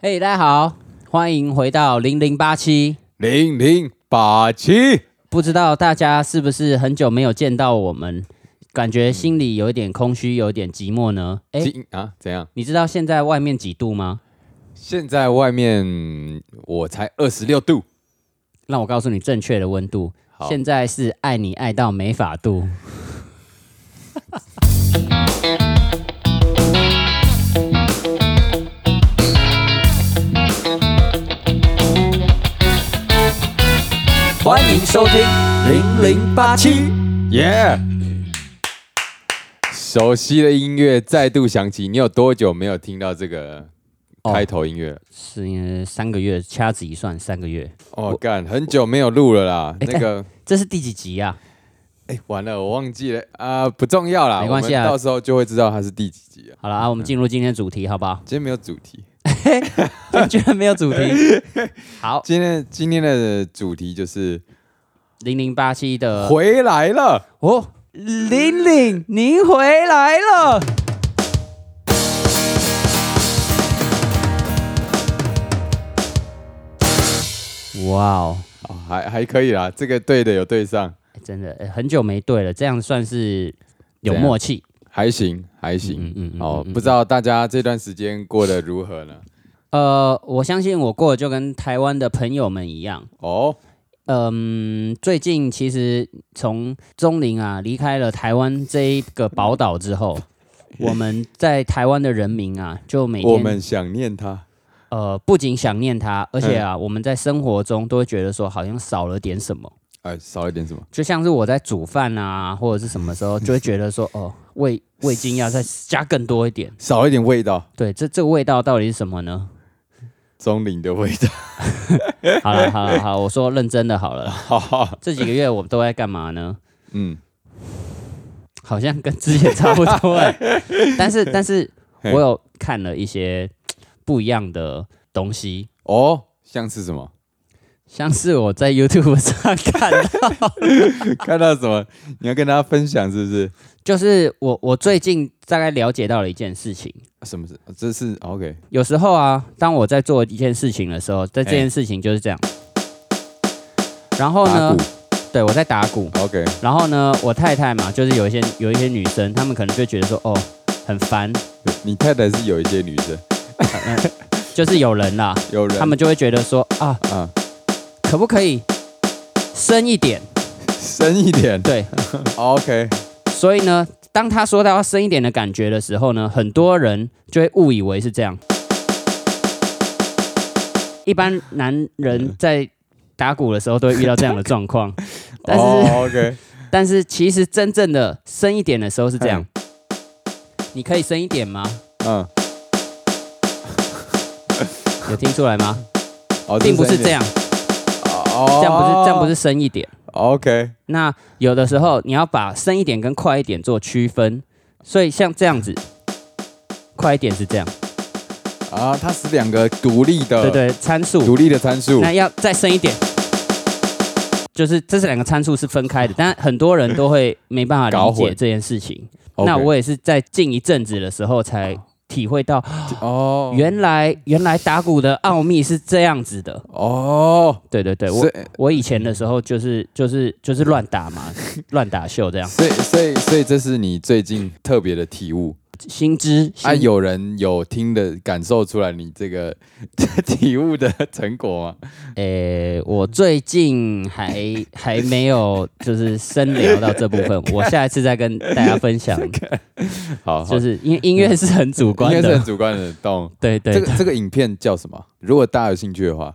嘿、大家好，欢迎回到零零八七。零零八七，不知道大家是不是很久没有见到我们，感觉心里有一点空虚，有一点寂寞呢？哎、今啊怎样？你知道现在外面几度吗？现在外面我才二十六度，让我告诉你正确的温度好，现在是爱你爱到没法度。欢迎收听零零八七，耶！熟悉的音乐再度响起，你有多久没有听到这个哦开头音乐了？是呃三个月，掐指一算，三个月，哦，干，很久没有录了啦。哎那个，这是第几集啊？哎，完了，我忘记了啊，不重要啦，没关系啊我们到时候就会知道它是第几集了。？好了啊，我们进入今天主题，好不好 今天没有主题，今天居然没有主题。好，今天今天的主题就是零零八七的回来了。哦，玲玲，您回来了。哇哦，哦，还还可以啦，这个对的有对上，哎真的、哎很久没对了，这样算是有默契。还行还行。啊嗯嗯嗯哦，嗯嗯不知道大家这段时间过得如何呢？呃，我相信我过得就跟台湾的朋友们一样。哦，嗯，最近其实从钟林啊离开了台湾这一个宝岛之后，我们在台湾的人民啊，就每天我们想念他。呃，不仅想念他，而且啊，我们在生活中都会觉得说好像少了点什么，哎，少一点什么？就像是我在煮饭啊，或者是什么时候，就会觉得说哦，味味精要再加更多一点。少一点味道，对，这这个味道到底是什么呢？钟灵的味道。好了，好了，好，我说认真的好了。哈哈，这几个月我们都在干嘛呢？ 嗯，好像跟之前差不多、欸，但是但是我嘿有看了一些不一样的东西，哦，像是什么？ 像是我在 YouTube 上看的。看到什么？你要跟大家分享是不是？就是我我最近大概了解到了一件事情，啊什么是？这是 OK 有时候啊，当我在做一件事情的时候，在这件事情就是这样。然后打呢鼓，对我在打鼓， OK，然后呢，我太太嘛，就是有一些有一些女生，她们可能就觉得说，哦，很烦，你太太是有一些女生，就是有人啦，有人她们就会觉得说，啊，啊，可不可以深一点？深一点。哦对， OK，所以呢，当她说到要深一点的感觉的时候呢，很多人就会误以为是这样。一般男人在打鼓的时候都会遇到这样的状 况，但是、哦 OK，但是其实真正的深一点的时候是这样，你可以深一点吗？嗯，有听出来吗？ 哦，并不是这样，样，哦，这样不是这样不是深一点。 OK，那有的时候你要把深一点跟快一点做区分，所以像这样子，快一点是这样，啊，它是两个独立的，对对，参数。独立的参数那要再深一点，就是这是两个参数是分开的，但很多人都会没办法搞理解混这件事情。 OK。那我也是在近一阵子的时候才体会到，哦原来原来打鼓的奥秘是这样子的。哦，对对对，所我以我以前的时候就是就是就是乱打嘛， 乱打秀这样，所以所以所以这是你最近特别的体悟新知啊？新有人有听的感受出来你这个 体悟的成果吗？诶，我最近还还没有就是深聊到这部 分，我下一次再跟大家分享。好，好就是因为音乐是很主观应该是的很，主观的动。对对这对个这个影片叫什么？如果大家有兴趣的话，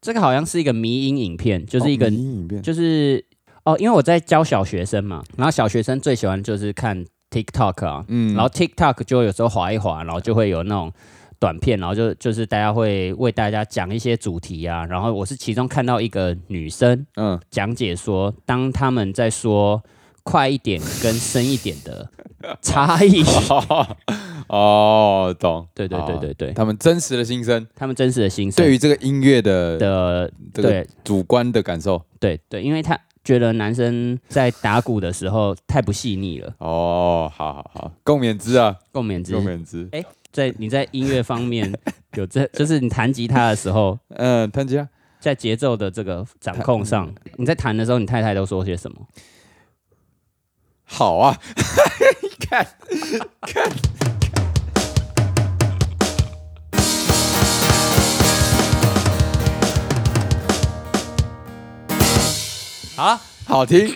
这个好像是一个迷因影片，就是一个、哦迷因影片，就是哦，因为我在教小学生嘛，然后小学生最喜欢就是看 TikTok 啊，嗯然后 TikTok 就有时候滑一滑，然后就会有那种短片，然后就就是大家会为大家讲一些主题啊，然后我是其中看到一个女生嗯， 讲解说，当他们在说快一点跟深一点的差异， 哦哦，懂，对对对对对好，，他们真实的心声，他们真实的心声对于这个音乐的的这个对主观的感受。对对，因为他觉得男生在打鼓的时候太不细腻了，哦，好好好，共勉之啊，共勉之共。勉之。 在你在音乐方面有这就是你弹吉他的时候，嗯，弹吉他，在节奏的这个掌控上，嗯你在弹的时候，你太太都说些什么？好啊， 看，看。好啊，好听，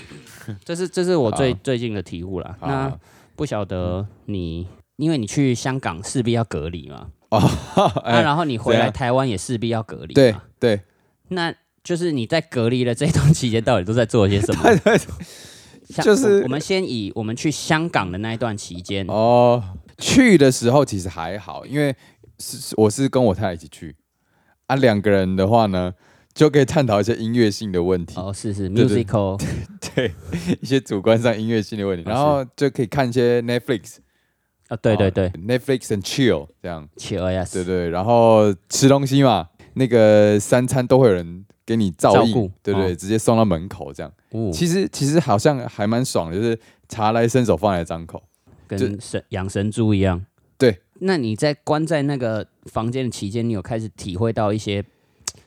这是这是我最好最近的体悟啦。好那不晓得你，因为你去香港势必要隔离嘛，哦， 那哎，然后你回对来啊台湾也势必要隔离，对，对，那就是你在隔离的这段期间，到底都在做些什 么？像就是我我们先以我们去香港的那一段期间，哦，去的时候其实还好，因为是是我是跟我太太一起去啊，两个人的话呢，就可以探讨一些音乐性的问题，哦，是是对对 musical，对， 一些主观上音乐性的问题，哦然后就可以看一些 Netflix，啊，对对对哦，Netflix and chill 这样， ，QS，对对，然后吃东西嘛，那个三餐都会有人给你照照顾应，对对，直接送到门口这样，哦，其实其实好像还蛮爽的，就是茶来伸手，饭来张口。跟神养神猪一样。对，那你在关在那个房间的期间，你有开始体会到一些，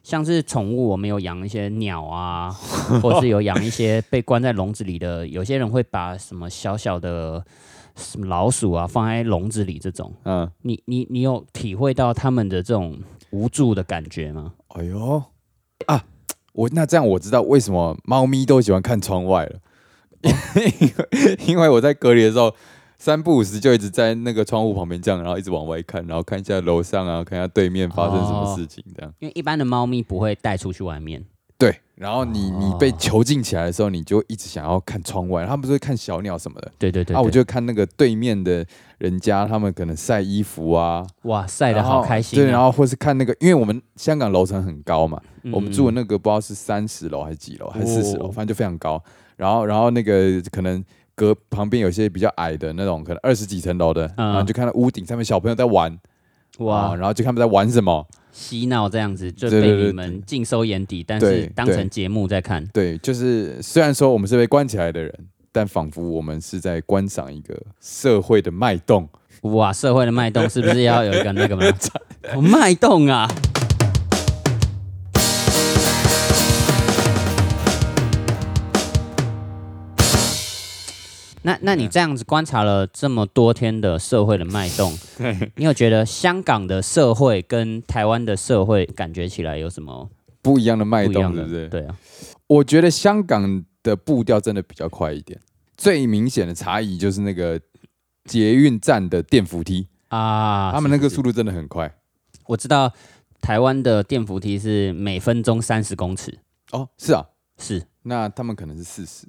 像是宠物，我们有养一些鸟啊， 或是有养一些被关在笼子里的，有些人会把什么小小的什么老鼠啊放在笼子里这种，嗯，你你你有体会到他们的这种无助的感觉吗？哎呦啊，我那这样我知道为什么猫咪都喜欢看窗外了，哦因为 因为我在隔离的时候。三不五时就一直在那个窗户旁边这样，然后一直往外看，然后看一下楼上啊，看一下对面发生什哦么事情这样。因为一般的猫咪不会带出去外面，对，然后你你哦被囚禁起来的时候，你就一直想要看窗外，他们就会看小鸟什么的。对对对啊，我对就看那个对面的人家，他们可能晒衣服啊，哇晒得然后好开心、啊，对，然后或是看那个，因为我们香港楼层很高嘛，嗯我们住的那个不知道是三十楼还是几楼，还是四十哦楼，反正就非常高。然后，然后那个可能隔旁边有些比较矮的那种，可能二十几层楼的，嗯然后就看到屋顶上面小朋友在玩，哇、哇哦然后就看他们在玩什么。嬉闹这样子就对对被对你们尽收眼底，但对是对当成节目在看。对，就是虽然说我们是被关起来的人，但仿佛我们是在观赏一个社会的脉动。哇，社会的脉动是不是要有一个那个 嘛？哦脉动啊！那那你这样子观察了这么多天的社会的脉 动，你有觉得香港的社会跟台湾的社会感觉起来有什么不一样的脉不一动，样对的？不对？对啊，我觉得香港的步调真的比较快一点，最明显的差异就是那个捷运站的电扶梯，啊，他们那个是速度真的很快。我知道台湾的电扶梯是每分钟三十公尺，哦，是啊，是那他们可能是四十，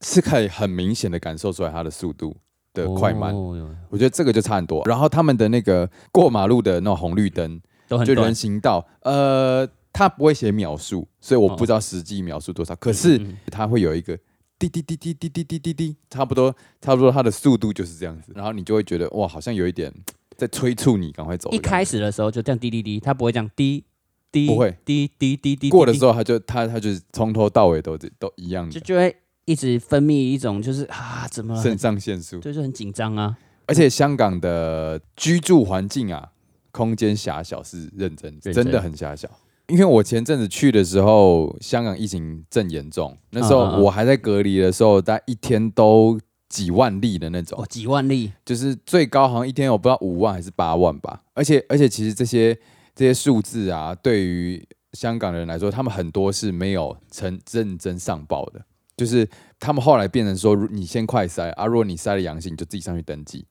是可以很明显的感受出来它的速度的快慢。哦哟我觉得这个就差很多。然后他们的那个过马路的那种红绿灯，都很就短人。行道，呃，它不会写秒数，所以我不知道实际秒数多少，可是嗯它会有一个。滴滴滴滴滴滴滴滴滴，差不多，差不多，它的速度就是这样子，然后你就会觉得哇，好像有一点在催促你赶快走。一开始的时候就这样滴滴滴，它不会这样滴滴，不会滴滴滴滴。过的时候候，它就它它就是从头到尾都都一样就的，就会一直分泌一种就是啊，怎么了？肾上腺素。就是很紧张啊。而且香港的居住环境啊，空间狭小是认真，认真真的很狭小。因为我前阵子去的时候，香港疫情正严重，那时嗯嗯候嗯我还在隔离的时候，大概一天都几万例的那种哦，，几万例，就是最高好像一天我不知道五万还是八万吧。而且而且其实这些这些数字啊，对于香港人来说，他们很多是没有成认真上报的，就是他们后来变成说，如你先快筛啊，如果你筛了阳性，你就自己上去登记。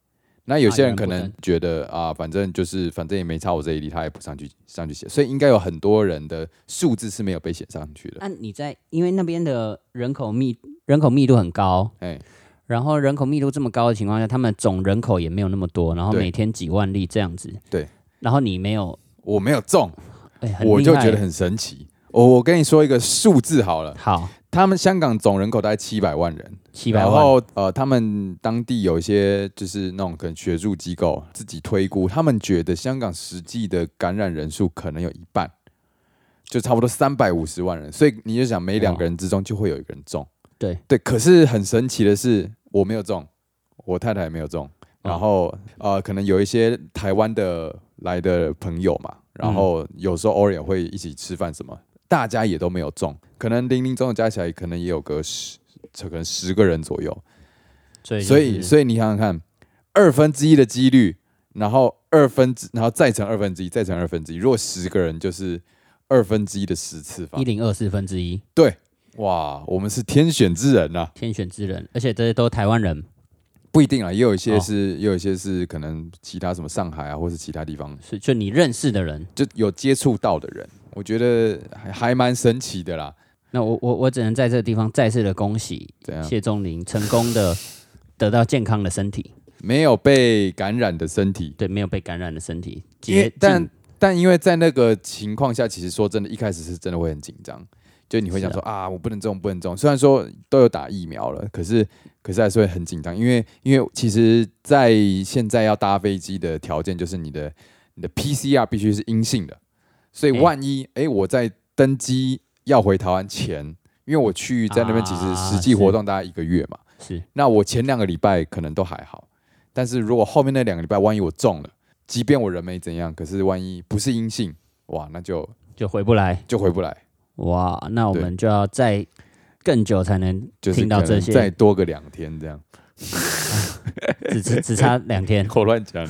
那有些人可啊有能人不觉得啊，反正就是反正也没差我这一例，他也不上去上去写，所以应该有很多人的数字是没有被写上去的。那啊你在因为那边的人口密人口密度很高，哎，然后人口密度这么高的情况下，他们总人口也没有那么多，然后对每天几万例这样子。对。然后你没有，我没有中，哎，很我厉就害觉得很神奇。我我跟你说一个数字好了，好，他们香港总人口大概七百万人，七百然万。后呃，他们当地有一些就是那种可能学术机构自己推估，他们觉得香港实际的感染人数可能有一半，就差不多三百五十万人。所以你就想，每两个人之中就会有一个人中。对对，可是很神奇的是，我没有中，我太太也没有中。然后、呃，可能有一些台湾的来的朋友嘛，然后有时候偶尔也会一起吃饭什么，大家也都没有中，可能零零总总加起来可能也有个十，可能十个人左右。所以所以，以所以你想想看，二分之一的几率，然后二分之，然后再乘二分之一，再乘二分之一。如果十个人就是二分之一的十次方一，零二四分之一对，哇，我们是天选之人呐、啊天选之人，而且这些都是台湾人，不一定啊，也有一些哦是，也有一些是可能其他什么上海啊，或是其他地方是就你认识的人。就有接触到的人，我觉得还还蛮神奇的啦。那我我我只能在这个地方再次的恭喜怎样？谢钟林成功的得到健康的身体，没有被感染的身体，对，没有被感染的身体。因为洁但净但因为在那个情况下，其实说真的，一开始是真的会很紧张，就你会想是说啊我不能中，不能中。虽然说都有打疫苗了，可是可是还是会很紧张，因为因为其实，在现在要搭飞机的条件就是你的你的 PCR 必须是阴性的，所以哎万一哎、我在登机要回台湾前，因为我去在那边其实啊实际是活动大概一个月嘛，是那我前两个礼拜可能都还好，但是如果后面那两个礼拜万一我中了，即便我人没怎样，可是万一不是阴性，哇，那就就回不来就回不来，哇，那我对们就要再更久才能就是听到可能这些再多个两天 这样。。只只只差两天我乱讲，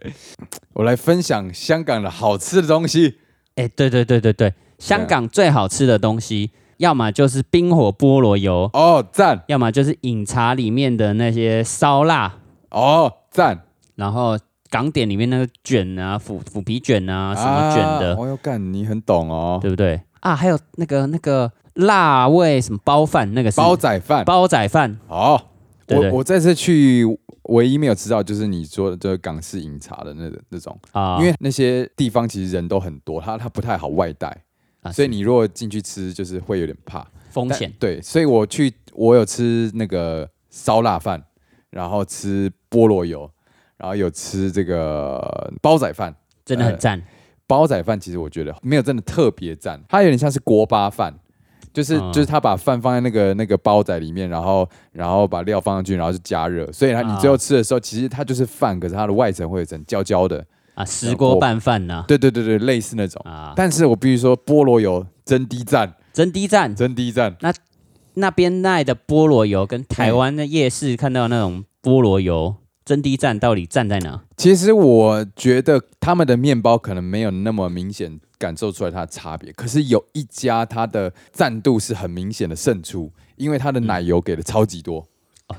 我来分享香港的好吃的东西。哎、对对对对对，啊香港最好吃的东西，要么就是冰火菠萝油，哦，赞！要么就是饮茶里面的那些烧腊，哦，赞！然后港点里面那个卷啊，腐腐皮卷啊，什么卷的，哦哟，干，你很懂哦。对不对？啊，还有那个那个辣味什么包饭，那个是煲仔饭。煲仔饭，哦，对对我我这次去唯一没有吃到就是你说的这个港式饮茶的那个那种。啊，因为那些地方其实人都很多，它它不太好外带，啊所以是你如果进去吃就是会有点怕风但险对，所以我去我有吃那个烧腊饭，然后吃菠萝油，然后有吃这个煲仔饭。真的很赞。煲仔饭其实我觉得没有真的特别赞，它有点像是锅巴饭，就是、嗯就是他把饭放在那个那个煲仔里面，然后然后把料放上去，然后就加热，所以它你啊最后吃的时候，其实它就是饭，可是它的外层会有层焦焦的，啊，石锅拌饭呐、对对对对，类似那种。啊，但是我必须说，菠萝油真低赞，真低赞。真低赞。那边卖的菠萝油跟台湾的夜市看到那种菠萝油，真低赞到底站在哪？其实我觉得他们的面包可能没有那么明显感受出来它的差别，可是有一家它的赞度是很明显的胜出，因为它的奶油给的超级多。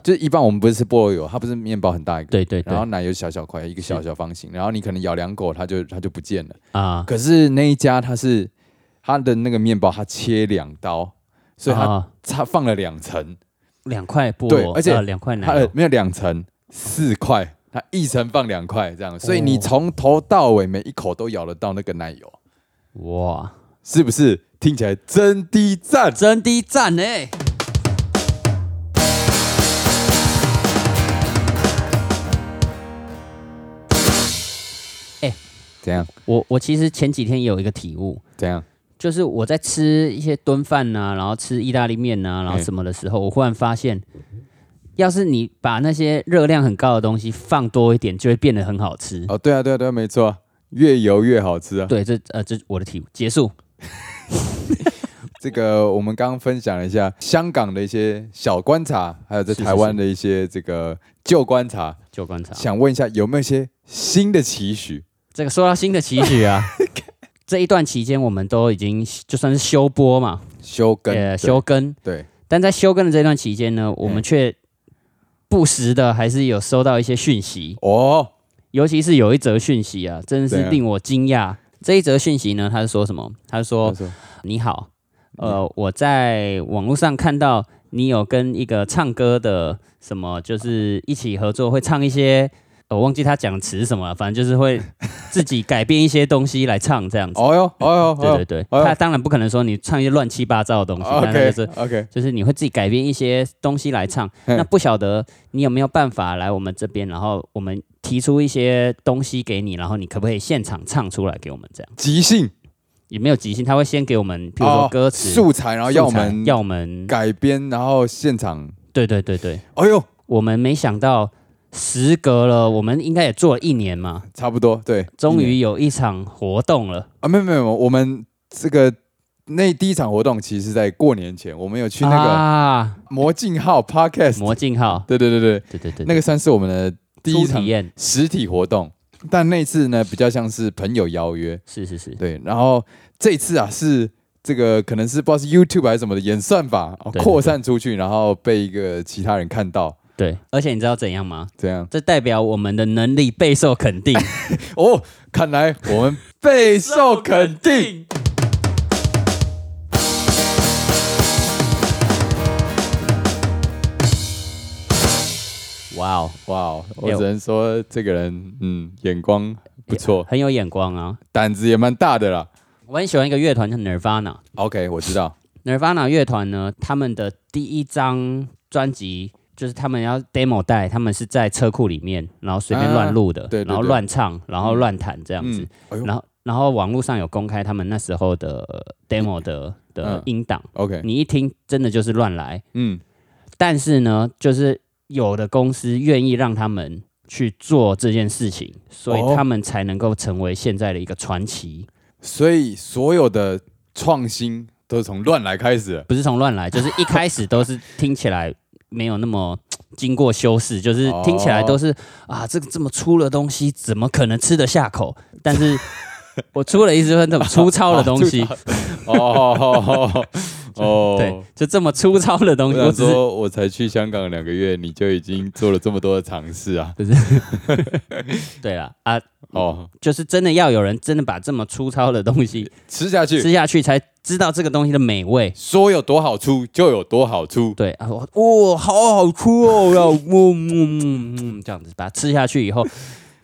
就是一般我们不是吃菠萝油，它不是面包很大一个，对对对然后奶油小小块，一个小小方形，然后你可能咬两口它就它就不见了。啊，可是那一家它是它的那个面包，它切两刀，所以它啊它放了两层。两块菠对萝，而且呃两块它奶的油没有两层，四块，它一层放两块这样，所以你哦从头到尾每一口都咬得到那个奶油，哇，是不是？听起来真低赞。真低赞呢、欸怎样？我我其实前几天也有一个体悟，怎样？就是我在吃一些炖饭呐，然后吃意大利面啊呐、然后嗯什么的时候，我忽然发现，要是你把那些热量很高的东西放多一点，就会变得很好吃。哦，对啊，对啊，对啊，没错啊，越油越好吃啊。对，这呃这是我的体悟结束。这个我们刚刚分享了一下香港的一些小观察，还有在是是台湾的一些这个旧观察，就观察。想问一下有没有一些新的期许？这个说到新的期许啊，这一段期间我们都已经就算是休播嘛，修根，呃，对休更。对，但在休更的这段期间呢，我们却不时的还是有收到一些讯息，哦，尤其是有一则讯息啊，真的怎是样令我惊讶。这一则讯息呢，他是说什么？他是说他说嗯你好，呃，我在网络上看到你有跟一个唱歌的什么，就是一起合作，会唱一些，呃我忘记他讲词什么了，反正就是 会自己改编一些东西来唱这样子。哦哟，哦哟，对对对，哎呦他当然不可能说你唱一些乱七八糟的东西，但他就是。 ，OK，OK，就是你会自己改编一些东西来唱，嗯那不晓得你有没有办法来我们这边，然后我们提出一些东西给你，然后你可不可以现场唱出来给我们？这样即兴，也没有即兴，他会先给我们，譬如说哦歌词、素材，然后要我们要我们改编，然后现场，对对对对，哎呦，我们没想到时隔了，我们应该也做了一年嘛，差不多对。终一年于有一场活动了。啊，没有没有，我们这个那第一场活动其实是在过年前，我们有去那个 啊、魔镜号 Podcast，、魔镜号，对对对对，对对对，那个算是我们的第一初场体验，实体活动，但那次呢比较像是朋友邀约，是是是，对，然后这一次啊是这个可能是不知道是 YouTube 还是什么的演算法、哦对对扩散出去，然后被一个其他人看到，对。而且你知道怎样吗？这样这代表我们的能力备受肯定，哦，看来我们备受肯定。。 哇哦，哇哦，我有只能说这个人嗯眼光不错，很有眼光啊！胆子也蛮大的啦。我很喜欢一个乐团叫 Nirvana。 OK，我知道， Nirvana 乐团呢，他们的第一张专辑就是他们要 demo 带，他们是在车库里面，然后随便乱录的，啊对对然后对乱唱，然后乱弹这样子。嗯，哎呦然后然后网络上有公开他们那时候的呃 demo 的的嗯音档， ，OK，你一听真的就是乱来。嗯，但是呢，就是有的公司愿意让他们去做这件事情，所哦以他们才能够成为现在的一个传奇。所以所有的创新都是从乱来开始的，不是从乱来，就是一开始都是听起来没有那么经过修饰，就是哦听起来都是、啊，这个这么粗的东西怎么可能吃得下口？但 是我出了一直很这么粗糙的东西，哦哦哦哦，啊对，就这么粗糙的东我西，我想只是说，我才去香港两个月，你就已经做了这么多的尝试 啊！对了啊，哦，就是真的要有人真的把这么粗糙的东西吃下去，吃下去，才知道这个东西的美味。说有多好出就有多好出。对啊，我哦，好好吃哦，要嗯嗯嗯嗯，这样子把它吃下去以后，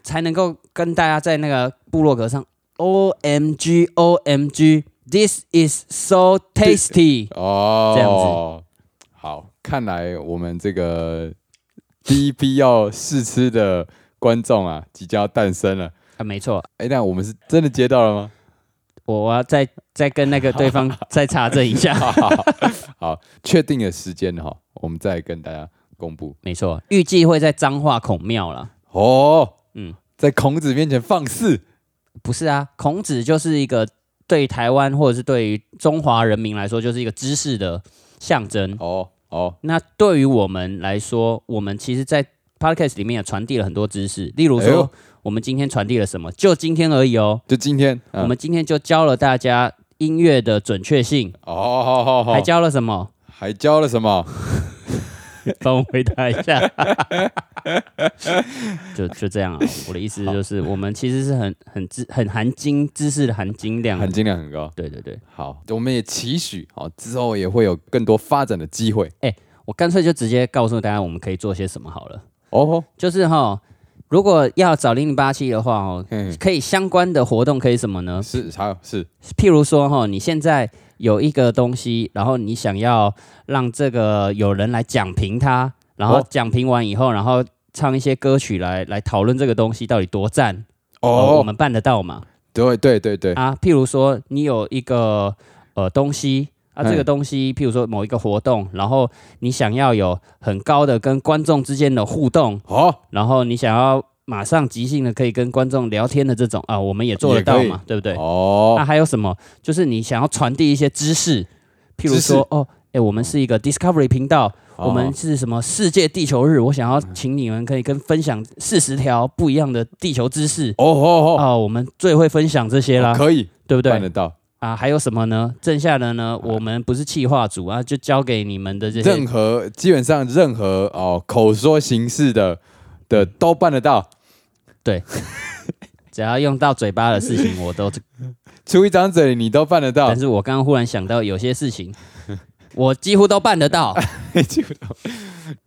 才能够跟大家在那个部落格上，O M G O M G，This is so tasty。哦，这样子。好，看来我们这个第一批要试吃的观众啊，即将要诞生了。啊，没错，哎，那我们是真的接到了吗？ 我我要再再跟那个对方再查证一下。好，好好确定的时间哈，我们再跟大家公布。没错，预计会在彰化孔庙了。哦，嗯嗯，在孔子面前放肆，不是啊，孔子就是一个对台湾或者是对于中华人民来说，就是一个知识的象征。哦哦，那对于我们来说，我们其实，在 podcast 里面也传递了很多知识，例如哎说，呦我们今天传递了什么？就今天而已哦。就今天，嗯我们今天就教了大家音乐的准确性，哦，好好好，还教了嗯什么？ 还教了什么？帮我回答一 下。就就这样啊。我的意思就是，我们其实是很很知很含金知识的含金量的。含金量很高。对对对，好，我们也期许好之后也会有更多发展的机会。我干脆就直接告诉大家，我们可以做些什么好了。哦，就是哈，如果要找零零八七的话哦，嗯，可以相关的活动可以什么呢？是，还有是，譬如说哈，你现在有一个东西，然后你想要让这个有人来讲评它，然后哦讲评完以后，然后唱一些歌曲来来讨论这个东西到底多赞哦，呃我们办得到吗？对对对对，啊，譬如说你有一个呃东西。啊，嗯这个东西，譬如说某一个活动，然后你想要有很高的跟观众之间的互动，好，然后你想要马上即兴的可以跟观众聊天的这种啊，我们也做得到也可以嘛，对不啊对？那哦，还有什么？就是你想要传递一些知识，譬如知识说，哦，哎，我们是一个 Discovery 频道，哦嗯我们是什么世界地球日，我想要请你们可以跟分享四十条不一样的地球知识。哦哦哦，我们最会分享这些哦，啦，可以啊对不办对得？到，啊，还有什么呢？剩下的呢，我们不是企划组啊，就交给你们的这些任何基本上任何哦口说形式的的嗯都办得到，只要用到嘴巴的事情，我 都出一张嘴你都办得到但，是我刚刚忽然想到，有些事 情我几乎都办得到。记不到。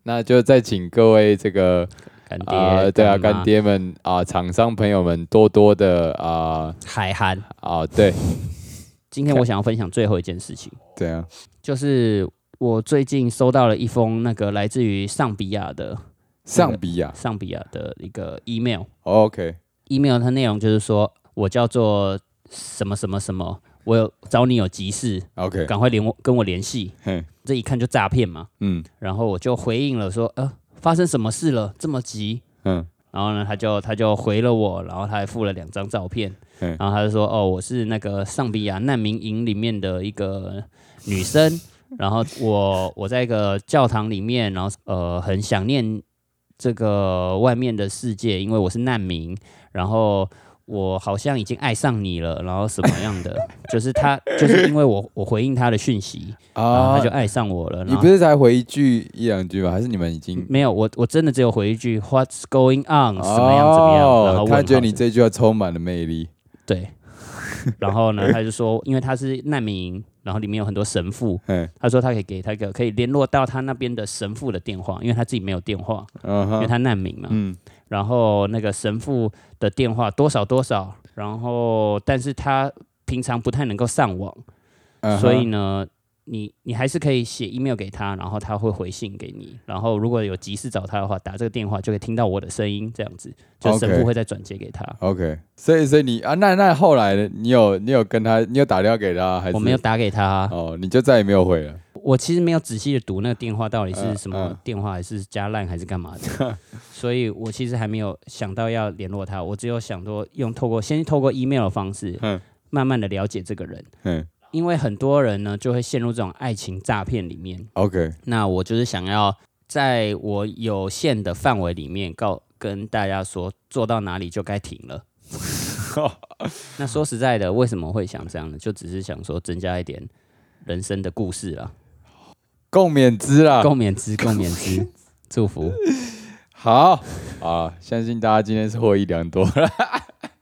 那就再请各位这个干爹，啊、对啊，妈干，爹们啊、厂商朋友们多多的啊海涵。啊、对，今天我想要分享最后一件事情，怎样？就是我最近收到了一封那个来自于上比亚的上啊比呀、上比亚的一个 email。 o k email 它内容就是说我叫做什么什么什么，我有找你有急事， OK，赶快联我跟我联系嘿。这一看就诈骗嘛。嗯，然后我就回应了说，呃，发生什么事了？这么急？嗯，然后呢，他就他就回了我，然后他还附了两张照片，嗯然后他就说：“哦，我是那个上比亚难民营里面的一个女 生，然后我我在一个教堂里面，然后呃很想念这个外面的世界，因为我是难民，然后我好像已经爱上你了，然后什么样 的，就是他就是因为我我回应他的讯息，然后啊他就爱上我了，然你后不是才回一句一两句吗？还是你们已经没有，我我真的只有回一句 “What's going on？” 什么样怎么样，然后哦问，他觉得号你子这句话充满了魅力。对， 然后 呢，他就说，因为他是难民营，然后里面有很多神父，嗯他说他可以给他一个可以联络到他那边的神父的电话，因为他自己没有电话，嗯因为哼，他难民嘛。嗯然后那个神父的电话多少多少，然后但是他平常不太能够上网，嗯哼，所以呢。你你还是可以写 email 给他，然后他会回信给你。然后如果有急事找他的话，打这个电话就可以听到我的声音，这样子，就神 OK 父会再转接给他。 OK，所以所以你啊，那那后来呢？你有你有跟他，你有打电话给他还是？我没有。打给他、啊哦，你就再也没有回了。我其实没有仔细的读那个电话到底是什嗯么嗯电话，还是加烂还是干嘛 的，所以我其实还没有想到要联络他，我只有想说用透过先透过 email 的方式嗯，慢慢的了解这个人，嗯因为很多人呢就会陷入这种爱情诈骗里面。 ，OK，那我就是想要在我有限的范围里面告跟大家说，做到哪里就该停 了。那说实在的，为什么会想这样呢？就只是想说增加一点人生的故事啊啦。共勉之啦。共勉 之，啊共勉之，祝福。好啊，相信大家今天是获益良多了。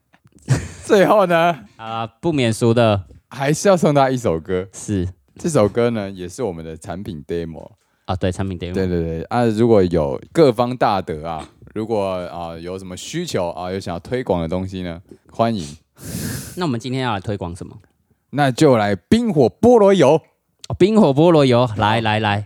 最后呢，啊、不免俗的还是要送大家一首歌。是这首歌呢，也是我们的产品 demo。啊，对，产品 demo，对对对啊，如果有各方大德啊，如果啊有什么需求啊，有想要推广的东西呢，欢迎，那我们今天要来推广什么？那就来冰火菠萝油。哦，冰火菠萝油，来来来，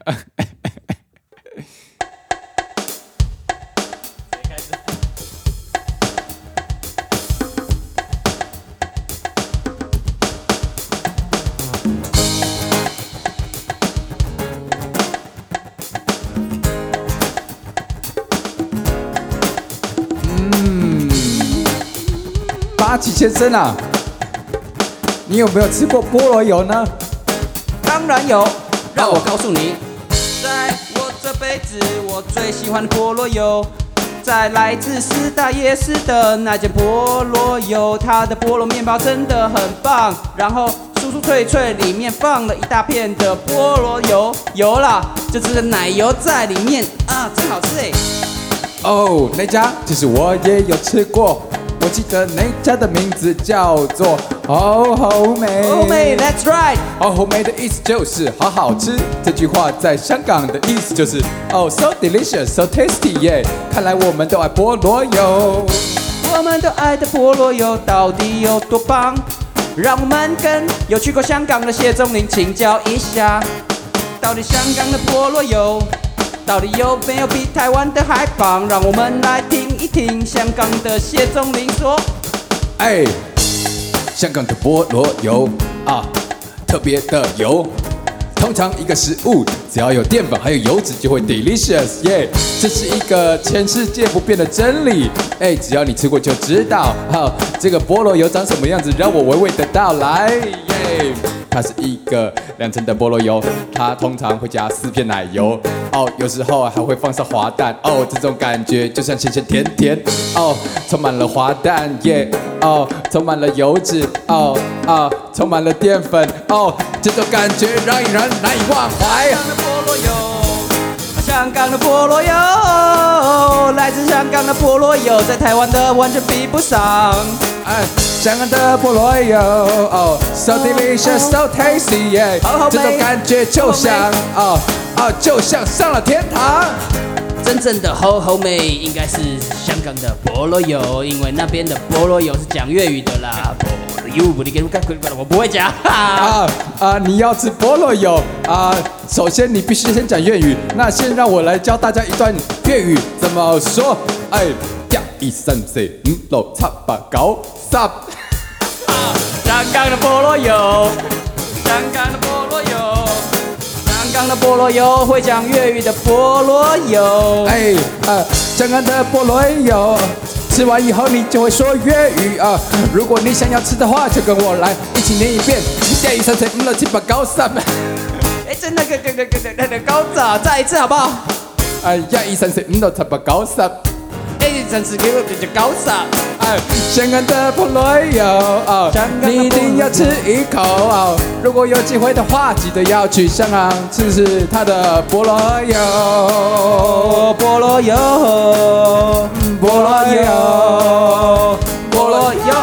八旗先生啊，你有没有吃过菠萝油呢？当然有，让我告诉你，在我这辈子我最喜欢的菠萝油，在来自师大夜市的那间菠萝油，它的菠萝面包真的很棒，然后酥酥脆脆，里面放了一大片的菠萝油，油啦，就是奶油在里面啊，真好吃哎。哦，那家其实我也有吃过，我记得那家的名字叫做哦好美。欧美，That's Oh, right。哦，红梅的意思就是好好吃。这句话在香港的意思就是哦、s o delicious, so tasty 耶、看来我们都爱菠萝油。我们都爱的菠萝油到底有多棒？让我们跟有去过香港的谢宗林请教一下，到底香港的菠萝油到底有没有比台湾的还棒？让我们来听一听香港的谢宗林说。哎，香港的菠萝油啊，特别的油。通常一个食物只要有淀粉还有油脂就会 delicious 耶、这是一个全世界不变的真理。哎，只要你吃过就知道。好，这个菠萝油长什么样子，让我娓娓的道来耶。它是一个两层的菠萝油，它通常会加四片奶油，哦，有时候还会放上滑蛋，哦，这种感觉就像咸咸甜甜，哦，充满了滑蛋耶哦，充满了油脂，哦啊，充满了淀粉，哦，这种感觉让人难以忘怀。香港的菠萝油，香港的菠萝油，来自香港的菠萝油，在台湾的完全比不上。哎，香港的菠萝油，哦，so delicious, so tasty，耶好好，这种美感觉就像，哦哦，就像上了天堂。真正的吼吼妹应该是香港的菠萝油，因为那边的菠萝油是讲粤语的啦。菠萝油，你给我干我不会讲。啊啊！你要吃菠萝油啊！首先你必须先讲粤语。那先让我来教大家一段粤语怎么说。哎，一二三四五六七八九十。香港的菠萝油，香港的菠萝油，香港的菠萝油，会讲粤语的菠萝油。哎啊，香港的菠萝油，吃完以后你就会说粤语啊。如果你想要吃的话，就跟我来一起念一遍。下一三三五六七八高三，哎，真的，个个个个个个高子，再一次好不好？哎呀，一三四五六七八高三。哎，真是给我比较高子。哎，香港的菠萝油啊香港，的你一定要吃一口啊！如果有机会的话，记得要去香港试试它的菠萝油，菠萝油，嗯菠萝油，菠萝油。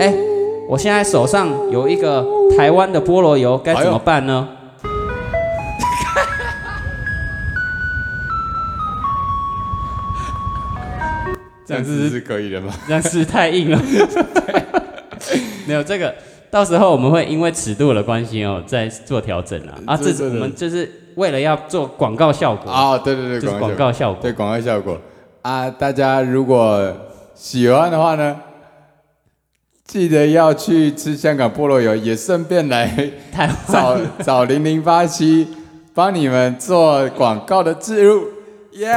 哎，我现在手上有一个台湾的菠萝油，该怎么办呢？ 这样子是可以的吗？这样是太硬了。 没有这个，到时候我们会因为尺度的关系哦，再做调整啊。啊，这对是对我对们就是为了要做广告效果，啊，对对对，就是广告效果。对广告效果啊，大家如果喜欢的话呢，记得要去吃香港菠萝油，也顺便来 台 找找零零八七帮你们做广告的植入，耶、